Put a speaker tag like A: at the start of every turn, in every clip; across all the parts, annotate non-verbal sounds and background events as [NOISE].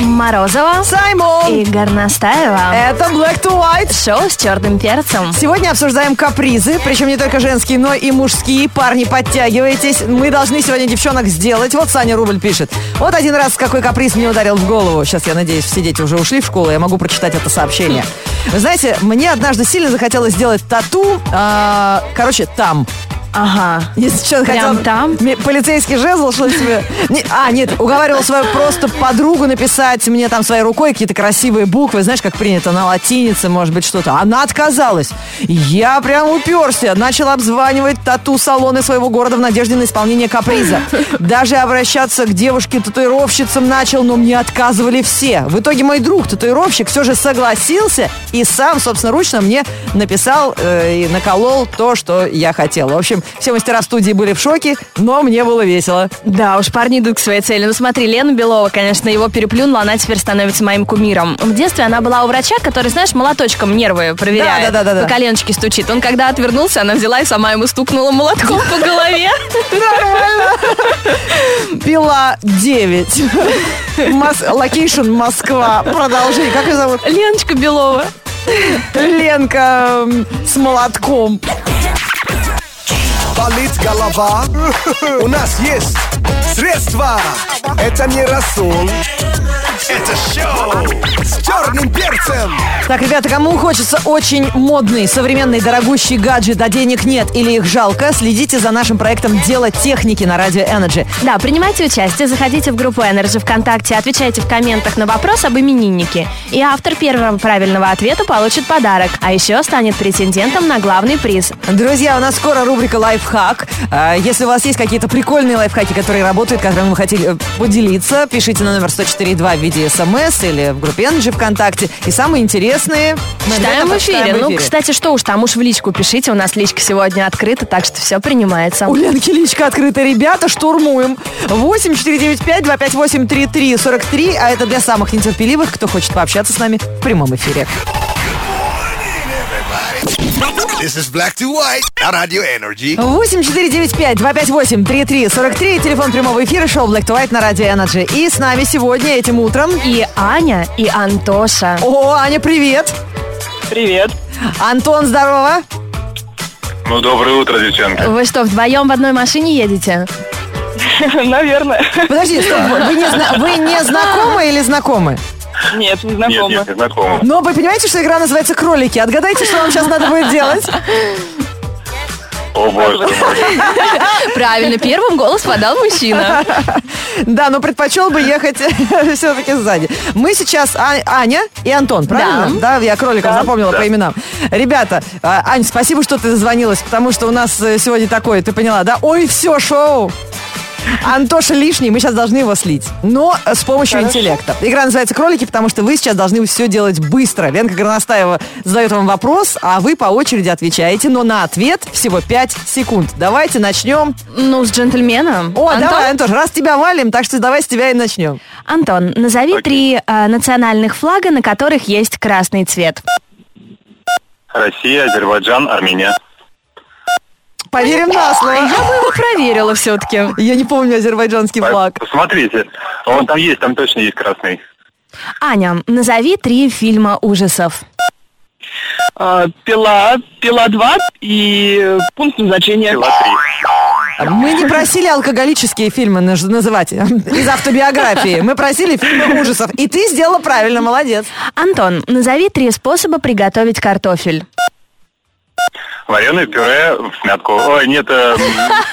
A: Морозова
B: Саймон!
A: и Горностаева.
B: Это Black to White.
A: Шоу с черным перцем.
B: Сегодня обсуждаем капризы, причем не только женские, но и мужские. Парни, подтягивайтесь. Мы должны сегодня девчонок сделать. Вот Саня Рубль пишет. Вот один раз какой каприз мне ударил в голову. Сейчас, я надеюсь, все дети уже ушли в школу, я могу прочитать это сообщение. Вы знаете, мне однажды сильно захотелось сделать тату, а, короче, там.
A: Ага.
B: Если что,
A: Прям
B: хотел
A: там?
B: ми- полицейский жезл, что ли, тебе... Не- а, нет, уговаривал свою просто подругу написать мне там своей рукой какие-то красивые буквы, знаешь, как принято на латинице, может быть, что-то. Она отказалась. Я прям уперся, начал обзванивать тату-салоны своего города в надежде на исполнение каприза. Даже обращаться к девушке-татуировщицам начал, но мне отказывали все. В итоге мой друг, татуировщик, все же согласился и сам, собственно, ручно мне написал э, и наколол то, что я хотела. В общем, все мастера студии были в шоке, но мне было весело.
A: Да уж, парни идут к своей цели. Ну смотри, Лена Белова, конечно, его переплюнула, она теперь становится моим кумиром. В детстве она была у врача, который, знаешь, молоточком нервы проверяет.
B: Да, да, да, да,
A: По
B: да.
A: коленочке стучит. Он когда отвернулся, она взяла и сама ему стукнула молотком по голове.
B: Пила 9. Мос- Локейшн Москва. Продолжи. Как ее зовут?
A: [LAUGHS] Леночка Белова.
B: Ленка м, с молотком.
C: Болит голова? У нас есть средства. Это не рассол. Это шоу с черным перцем.
B: Так, ребята, кому хочется очень модный, современный, дорогущий гаджет, а денег нет или их жалко, следите за нашим проектом «Дело техники» на Радио Energy.
A: Да, принимайте участие, заходите в группу Energy ВКонтакте, отвечайте в комментах на вопрос об имениннике. И автор первого правильного ответа получит подарок, а еще станет претендентом на главный приз.
B: Друзья, у нас скоро рубрика «Лайфхак». А, Если у вас есть какие-то прикольные лайфхаки, которые работают, которыми вы хотели э, поделиться, пишите на номер 104.2 в виде СМС или в группе Energy ВКонтакте. И самые интересные...
A: Читаем
B: мы обязательно
A: в
B: прочитаем
A: эфире. Ну, кстати, что уж там, уж в личку пишите, у нас личка сегодня открыта, так что все принимается.
B: У Ленки личка открыта. Ребята, штурмуем. 8 495 258 33 43. А это для самых нетерпеливых, кто хочет пообщаться с нами в прямом эфире.
C: This is Black to White на Radio Energy.
B: 8 495 258 33 43. Телефон прямого эфира шоу Black to White на радио Energy. И с нами сегодня этим утром...
A: И Аня, и Антоша.
B: О, Аня, привет!
D: Привет. [LAUGHS]
B: Антон, здорово!
E: Ну, доброе утро, девчонки.
A: Вы что, вдвоем в одной машине едете?
D: Наверное. [LAUGHS]
B: Подожди, стоп, вы не, зна- вы не знакомы или знакомы?
D: Нет, не
E: Нет,
D: знакома.
E: нет, не знакомы.
B: Но вы понимаете, что игра называется «Кролики». Отгадайте, что вам сейчас надо будет делать.
E: О, боже мой.
A: Правильно, первым голос подал мужчина.
B: Да, но предпочел бы ехать [LAUGHS] все-таки сзади. Мы сейчас А- Аня и Антон, правильно? Да, я кроликов запомнила по именам. Ребята, а, Ань, спасибо, что ты дозвонилась, потому что у нас э, сегодня такое, ты поняла, да? Ой, все, шоу! Антоша лишний, мы сейчас должны его слить. Но э, с помощью интеллекта. Игра называется «Кролики», потому что вы сейчас должны все делать быстро. Ленка Горностаева задает вам вопрос, а вы по очереди отвечаете, но на ответ всего 5 секунд. Давайте начнем.
A: Ну, с джентльменом.
B: О,
A: Антон?
B: давай, Антош, раз тебя валим, так что давай с тебя и начнем.
A: Антон, назови
E: Окей.
A: три э, национальных флага, на которых есть красный цвет.
E: Россия, Азербайджан, Армения.
B: Поверим на слово.
A: А Я бы его проверила все-таки.
B: Я не помню азербайджанский флаг.
E: Посмотрите. Он там есть, там точно есть красный.
A: Аня, назови три фильма ужасов.
D: А, Пила, пила 2 и пункт назначения.
E: Пила
B: Мы не просили алкоголические фильмы наж- называть э, из автобиографии. Мы просили фильмы ужасов. И ты сделала правильно, молодец.
A: Антон, назови три способа приготовить картофель.
E: 3. Вареное пюре в смятку. Ой, нет, э,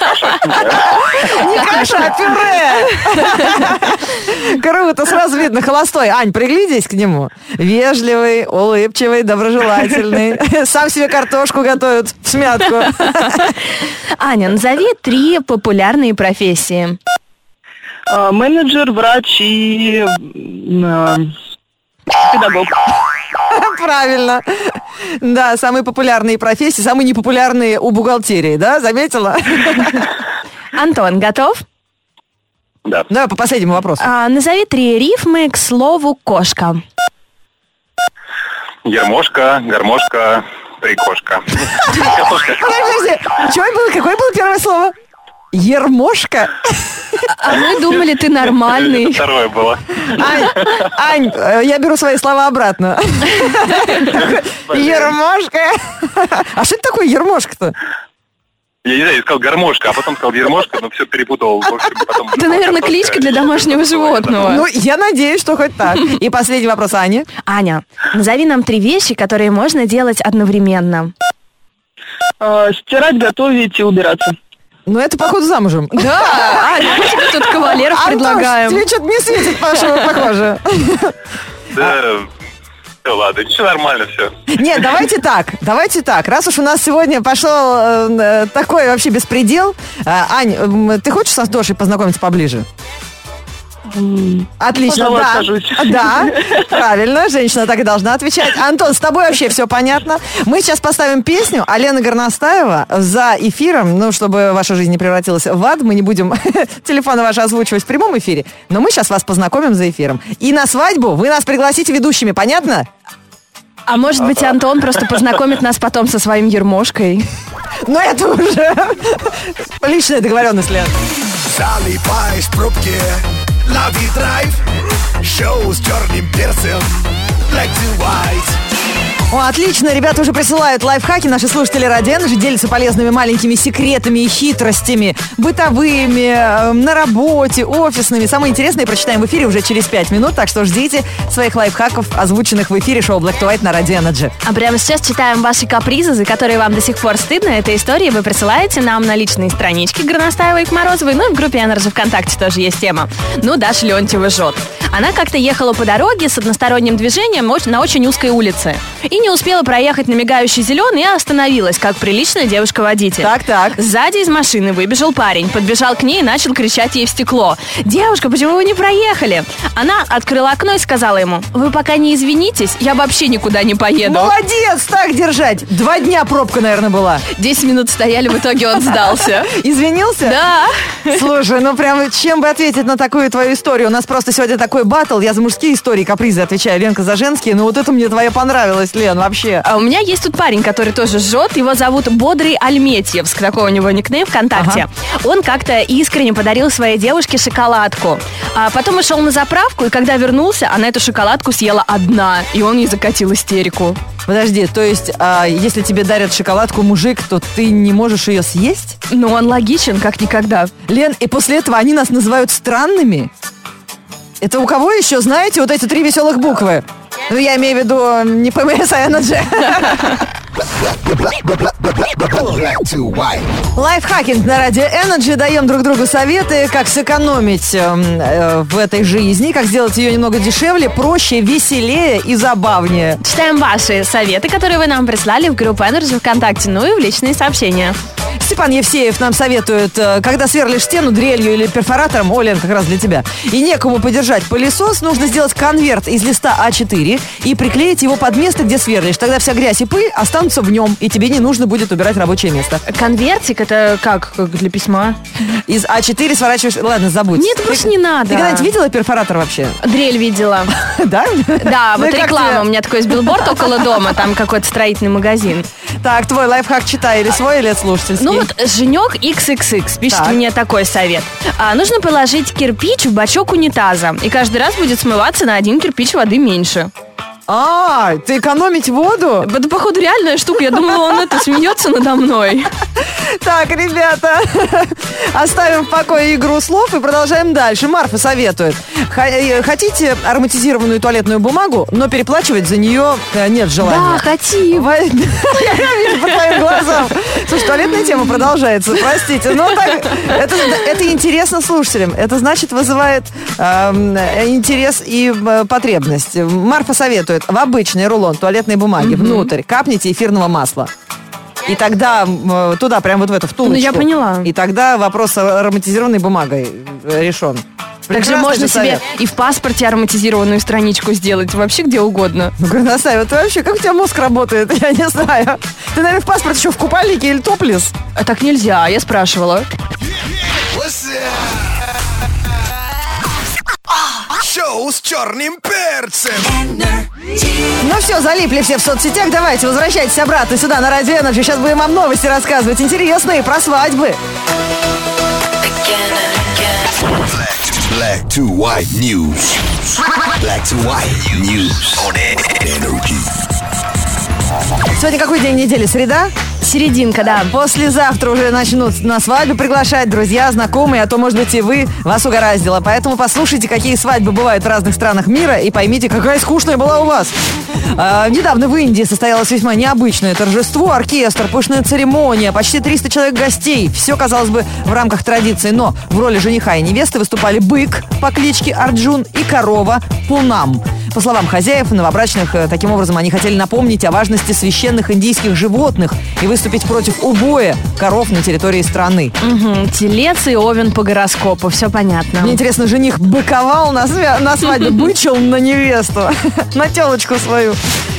A: [LAUGHS]
B: Не каша, а пюре. Круто, сразу видно, холостой. Ань, приглядись к нему. Вежливый, улыбчивый, доброжелательный. Сам себе картошку готовит в смятку.
A: Аня, назови три популярные профессии.
D: А, Менеджер, врач и м, а, педагог.
B: [LAUGHS] Правильно. Да, самые популярные профессии, самые непопулярные у бухгалтерии, да, заметила? [LAUGHS]
A: Антон, готов?
E: да.
B: Давай по последнему вопросу.
A: А, назови три рифмы к слову кошка.
E: Ермошка, гармошка, прикошка. Картошка.
B: Подожди, подожди. Чё было? Какое было первое слово? Ермошка?
A: А мы думали, ты
E: Это
A: нормальный.
E: второе было.
B: Ань, Ань, э, я беру свои слова обратно. Ермошка. А что это такое ермошка-то?
E: Я не знаю, я искал гармошка, а потом сказал ермошка, но все перепутал. В общем, потом...
A: Это, наверное, кличка для домашнего животного.
B: Ну, я надеюсь, что хоть так. И последний вопрос, Аня.
A: Аня, назови нам три вещи, которые можно делать одновременно.
D: Э, стирать, готовить и убираться.
B: Ну, это, походу, замужем.
A: Да, Аня, А, мы тебе тут кавалеров
B: Антош,
A: предлагаем.
B: тебе что-то не светит, Паша, похоже.
E: Да, всё, ладно, ничего нормально, все.
B: Нет, давайте так, давайте так. Раз уж у нас сегодня пошел э, такой вообще беспредел, э, Ань, м, ты хочешь с Антошей познакомиться поближе? Отлично,
D: Пожалуй,
B: да.
D: откажусь.
B: Да, правильно, женщина так и должна отвечать. Антон, с тобой вообще все понятно. Мы сейчас поставим песню Алена Горностаева за эфиром, ну, чтобы ваша жизнь не превратилась в ад, мы не будем [LAUGHS] телефоны ваши озвучивать в прямом эфире, но мы сейчас вас познакомим за эфиром. И на свадьбу вы нас пригласите ведущими, понятно?
A: А может быть, Антон просто познакомит нас потом со своим ермошкой?
B: Но это уже личная договоренность, Лен.
C: Залипай в пробке Лови драйв Шоу с черным перцем Black to white
B: О, отлично, ребята уже присылают лайфхаки. Наши слушатели Ради Energy делятся полезными маленькими секретами и хитростями. Бытовыми, э, на работе, офисными. Самые интересные прочитаем в эфире уже через 5 минут. Так что ждите своих лайфхаков, озвученных в эфире шоу Black to White на Ради Energy.
A: А прямо сейчас читаем ваши капризы, за которые вам до сих пор стыдно. Это истории вы присылаете нам на личные странички Горностаева и Морозовой, ну и в группе Energy ВКонтакте тоже есть тема. Ну, Даша Леонтьева жжет. Она как-то ехала по дороге с односторонним движением оч- на очень узкой улице. И не успела проехать на мигающий зеленый и остановилась, как приличная девушка-водитель.
B: Так, так.
A: Сзади из машины выбежал парень, подбежал к ней и начал кричать ей в стекло. «Девушка, почему вы не проехали?» Она открыла окно и сказала ему, «Вы пока не извинитесь, я вообще никуда не поеду».
B: Ну, Молодец, так держать. Два дня пробка, наверное, была.
A: 10 минут стояли, в итоге он [LAUGHS] сдался.
B: Извинился?
A: Да.
B: Слушай, ну прям чем бы ответить на такую твою историю? У нас просто сегодня такой батл. Я за мужские истории капризы отвечаю, Ленка за женские. Ну вот это мне твоя понравилась, Лен, вообще.
A: А у меня есть тут парень, который тоже жжет. Его зовут Бодрый Альметьевск. Такой у него никнейм ВКонтакте. Он как-то искренне подарил своей девушке шоколадку. А потом ушел на заправку, и когда вернулся, она эту шоколадку съела одна. И он ей закатил истерику.
B: Подожди, то есть, а, если тебе дарят шоколадку мужик, то ты не можешь ее съесть?
A: Ну, он логичен, как никогда.
B: Лен, и после этого они нас называют странными? Это у кого еще, знаете, вот эти три веселых буквы? Ну, я имею в виду э, не ПМС, а Energy.
C: Black to white
B: Лайфхакинг на радио Energy. Даем друг другу советы, как сэкономить эм, э, в этой жизни, как сделать ее немного дешевле, проще, веселее и забавнее.
A: Читаем ваши советы, которые вы нам прислали в группу Energy ВКонтакте, ну и в личные сообщения.
B: Степан Евсеев нам советует, э, когда сверлишь стену дрелью или перфоратором, о, Лен, как раз для тебя, и некому подержать пылесос, нужно сделать конверт из листа А4 и приклеить его под место, где сверлишь. Тогда вся грязь и пыль останутся в нем, и тебе не нужно будет убирать рабочее место.
A: Конвертик это как как для письма?
B: Из А4 сворачиваешь... Ладно, забудь.
A: Нет, больше не надо.
B: Ты когда-нибудь видела перфоратор вообще?
A: Дрель [LAUGHS] видела.
B: [LAUGHS] Да?
A: [LAUGHS] Да,
B: Ну и
A: вот
B: как
A: реклама.
B: тебе?
A: У меня такой есть билборд около дома, там какой-то строительный магазин.
B: Так, твой лайфхак читай, или свой, или слушательский.
A: Ну вот женек XXX пишет
B: Так.
A: мне такой совет. А, нужно положить кирпич в бачок унитаза, и каждый раз будет смываться на один кирпич воды меньше.
B: А, ты экономить воду?
A: Это, походу, реальная штука. Я думала, он это смеется надо мной.
B: Так, ребята, [LAUGHS] оставим в покое игру слов и продолжаем дальше. Марфа советует. Ха- э, Хотите ароматизированную туалетную бумагу, но переплачивать за нее э, нет
A: Да,
B: желания.
A: хоти.
B: Во- [LAUGHS] Я вижу по твоим глазам. Слушай, туалетная тема продолжается, простите. Но так, это, это интересно слушателям. Это значит вызывает эм, интерес и э, потребность. Марфа советует в обычный рулон туалетной бумаги внутрь капните эфирного масла. И тогда м, э, туда, прям вот в эту втулочку.
A: Ну, я поняла.
B: И тогда вопрос с ароматизированной бумагой э, решен.
A: Также
B: Прекрасный
A: можно
B: же
A: себе
B: совет.
A: и в паспорте ароматизированную страничку сделать, вообще где угодно.
B: Ну, Горностаева, ты вообще, как у тебя мозг работает? [LAUGHS] Я не знаю. Ты, наверное, в паспорт еще в купальнике или топлес?
A: А так нельзя, я спрашивала.
C: What's up? Шоу с черным перцем
B: Ну все, залипли все в соцсетях. Давайте, возвращайтесь обратно сюда на Радио Energy. Сейчас будем вам новости рассказывать. Интересные, про свадьбы.
C: Black to white news. Black to white news on energy.
B: Сегодня какой день недели? Среда?
A: Серединка, да.
B: Послезавтра уже начнут на свадьбу приглашать друзья, знакомые, а то, может быть, и вы вас угораздило. Поэтому послушайте, какие свадьбы бывают в разных странах мира и поймите, какая скучная была у вас. А, недавно в Индии состоялось весьма необычное торжество, оркестр, пышная церемония, почти 300 человек гостей. Все, казалось бы, в рамках традиции, но в роли жениха и невесты выступали бык по кличке Арджун и корова Пунам. По словам хозяев новобрачных, э, таким образом они хотели напомнить о важности священных индийских животных и выступить против убоя коров на территории страны.
A: Мгм, Телец и овен по гороскопу, все понятно.
B: Мне интересно, жених быковал на, свя- на свадьбе, бычил на невесту, [LAUGHS] на телочку свою,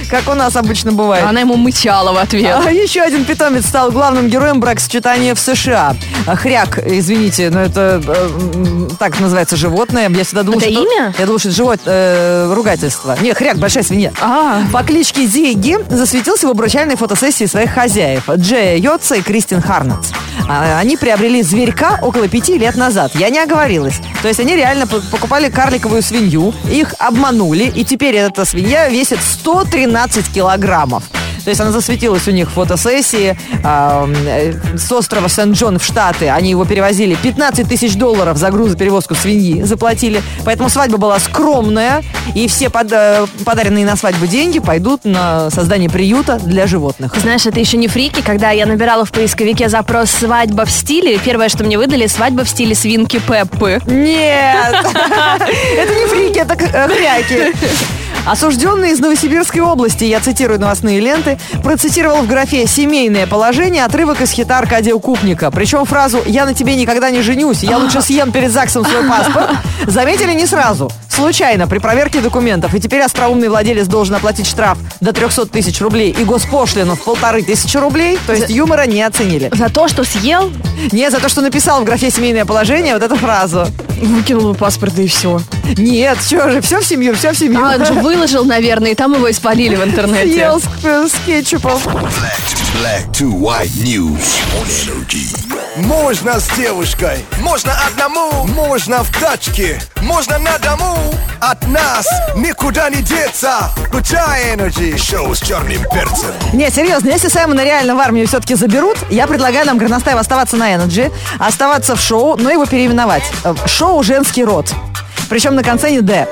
B: как у нас обычно бывает.
A: Она ему мычала в ответ.
B: А еще один питомец стал главным героем бракосочетания в США. А, Хряк, извините, но это э, м, так называется животное. Я всегда думала,
A: Это
B: что-
A: имя?
B: Я думала, что это живот, э, ругательство. Не, хряк, большая свинья.
A: А.
B: По кличке Зиги засветился в обручальной фотосессии своих хозяев Джея Йотса и Кристин Харнац. А, Они приобрели зверька около пяти лет назад. Я не оговорилась. То есть они реально п- покупали карликовую свинью, их обманули, и теперь эта свинья весит 113 килограммов. То есть она засветилась у них в фотосессии а, э, с острова Сен-Джон в Штаты. Они его перевозили. 15 тысяч долларов за грузоперевозку свиньи заплатили. Поэтому свадьба была скромная. И все под- э, подаренные на свадьбу деньги пойдут на создание приюта для животных.
A: Знаешь, это еще не фрики. Когда я набирала в поисковике запрос «свадьба в стиле», первое, что мне выдали, свадьба в стиле свинки Пеппы.
B: Нет! Это не фрики, это к- э, хряки. Осужденный из Новосибирской области, я цитирую новостные ленты, процитировал в графе «семейное положение» отрывок из хита Аркадия Укупника. Причем фразу «я на тебе никогда не женюсь, я лучше съем перед ЗАГСом свой паспорт» заметили не сразу, случайно, при проверке документов. И теперь остроумный владелец должен оплатить штраф до 300 тысяч рублей и госпошлину в полторы тысячи рублей, то есть юмора не оценили.
A: За то, что съел,
B: Не за то, что написал в графе «семейное положение» вот эту фразу.
A: выкинул паспорт и все.
B: Нет, что же, все в семью, все в семью.
A: А, он же
B: [LAUGHS]
A: выложил, наверное, и там его испалили в интернете.
B: Съел с, э, с кетчупом.
C: Black to, black to white news on energy. Можно с девушкой, можно одному, можно в тачке, можно на дому. От нас никуда не деться. Включай energy. Шоу с черным перцем.
B: Не, серьезно, если Саймона реально в армию все-таки заберут, я предлагаю нам Горностаеву оставаться на Energy, оставаться в шоу, но его переименовать. Э, Шоу «Женский род». Причем на конце не «Д».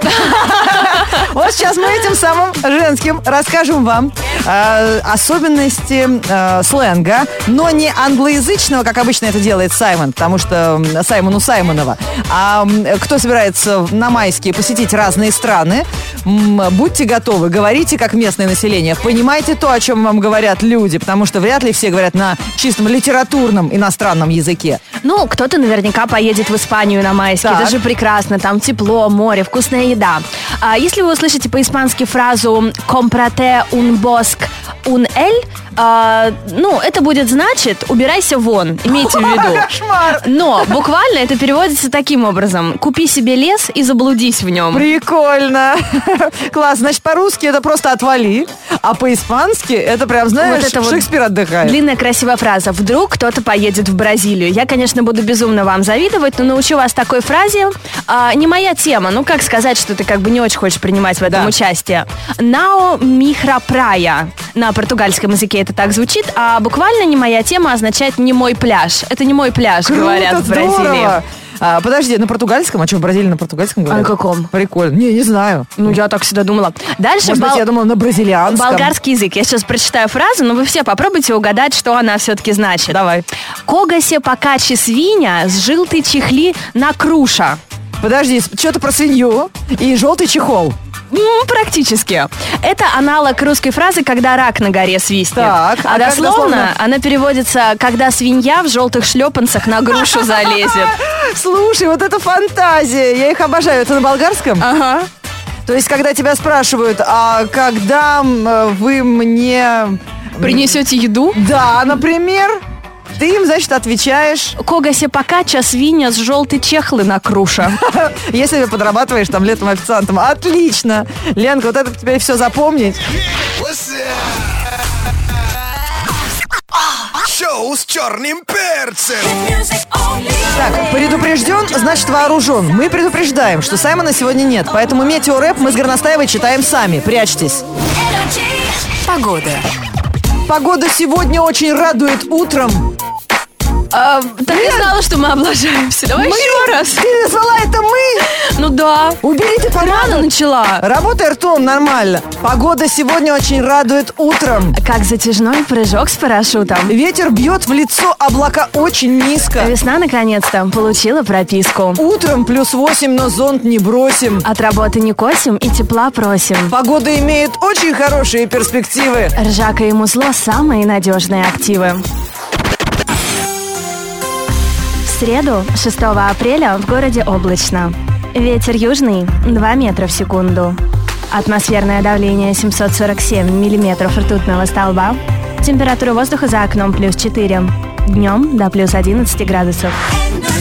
B: Вот сейчас мы этим самым женским расскажем вам э, особенности э, сленга, но не англоязычного, как обычно это делает Саймон, потому что м, Саймону Саймонова. А м, кто собирается в- на майские посетить разные страны, м, будьте готовы, говорите как местное население, понимайте то, о чем вам говорят люди, потому что вряд ли все говорят на чистом литературном иностранном языке.
A: Ну, кто-то наверняка поедет в Испанию на майские.
B: Так.
A: Это же прекрасно. Там тепло, море, вкусная еда. А если вы услышите по-испански фразу «Comprate un bosque, un el», а, ну, это будет значит «убирайся вон», имейте в
B: [LAUGHS]
A: виду.
B: Кошмар!
A: Но буквально это переводится таким образом. Купи себе лес и заблудись в нем.
B: Прикольно. [LAUGHS] Класс. Значит, по-русски это просто отвали, а по-испански это прям, знаешь,
A: это вот
B: Шекспир отдыхает.
A: Длинная красивая фраза. Вдруг кто-то поедет в Бразилию. Я, конечно, буду безумно вам завидовать, но научу вас такой фразе. А, не моя тема. Ну, как сказать, что ты как бы не очень хочешь принимать в этом
B: Да.
A: участие. Нао михра прая. На португальском языке это так звучит, а буквально не моя тема означает не мой пляж. Это не мой пляж,
B: Круто,
A: говорят в Бразилии.
B: здорово. А, подожди, на португальском? А что, в Бразилии на португальском говорят?
A: на каком?
B: Прикольно. Не, не знаю.
A: Ну, я так всегда думала. Дальше
B: Может быть,
A: бал-
B: я думала на бразилианском.
A: болгарский язык. Я сейчас прочитаю фразу, но вы все попробуйте угадать, что она все-таки значит.
B: Давай.
A: Когасе покачи свиня, сжил ты чехли на круша.
B: Подожди, что-то про свинью и желтый чехол.
A: М, Ну, практически. Это аналог русской фразы «когда рак на горе свистнет».
B: Так, а
A: а
B: как
A: дословно,
B: дословно?
A: она переводится «когда свинья в желтых шлепанцах на грушу
B: [LAUGHS]
A: залезет».
B: Слушай, вот это фантазия. Я их обожаю. Это на болгарском?
A: Ага.
B: То есть, когда тебя спрашивают, а когда м, э, вы мне...
A: Принесете еду?
B: Да, например, ты им, значит, отвечаешь,
A: Когасе покача свинья с желтой чехлы на круша.
B: [LAUGHS] если ты подрабатываешь там летом официантом. Отлично! Ленка, вот это тебе все запомнить.
C: What's up? шоу с черным перцем.
B: Так, предупрежден, значит вооружен. Мы предупреждаем, что Саймона сегодня нет, поэтому метеорэп мы с Горностаевой читаем сами. Прячьтесь.
F: Погода.
B: Погода сегодня очень радует утром.
A: А, так и знала, что мы облажаемся. Давай еще раз.
B: Ты назвала это мы?
A: Ну да.
B: Уберите
A: Рано
B: помаду.
A: начала.
B: Работай ртом, нормально. Погода сегодня очень радует утром.
A: Как затяжной прыжок с парашютом.
B: Ветер бьет в лицо, облака очень низко.
A: Весна наконец-то получила прописку.
B: Утром плюс 8, но зонт не бросим.
A: От работы не косим и тепла просим.
B: Погода имеет очень хорошие перспективы.
A: Ржака и музло – самые надежные активы. В среду, 6 апреля, в городе облачно. Ветер южный – 2 метра в секунду. Атмосферное давление 747 миллиметров ртутного столба. Температура воздуха за окном плюс 4. Днем до плюс 11 градусов.
F: Energy.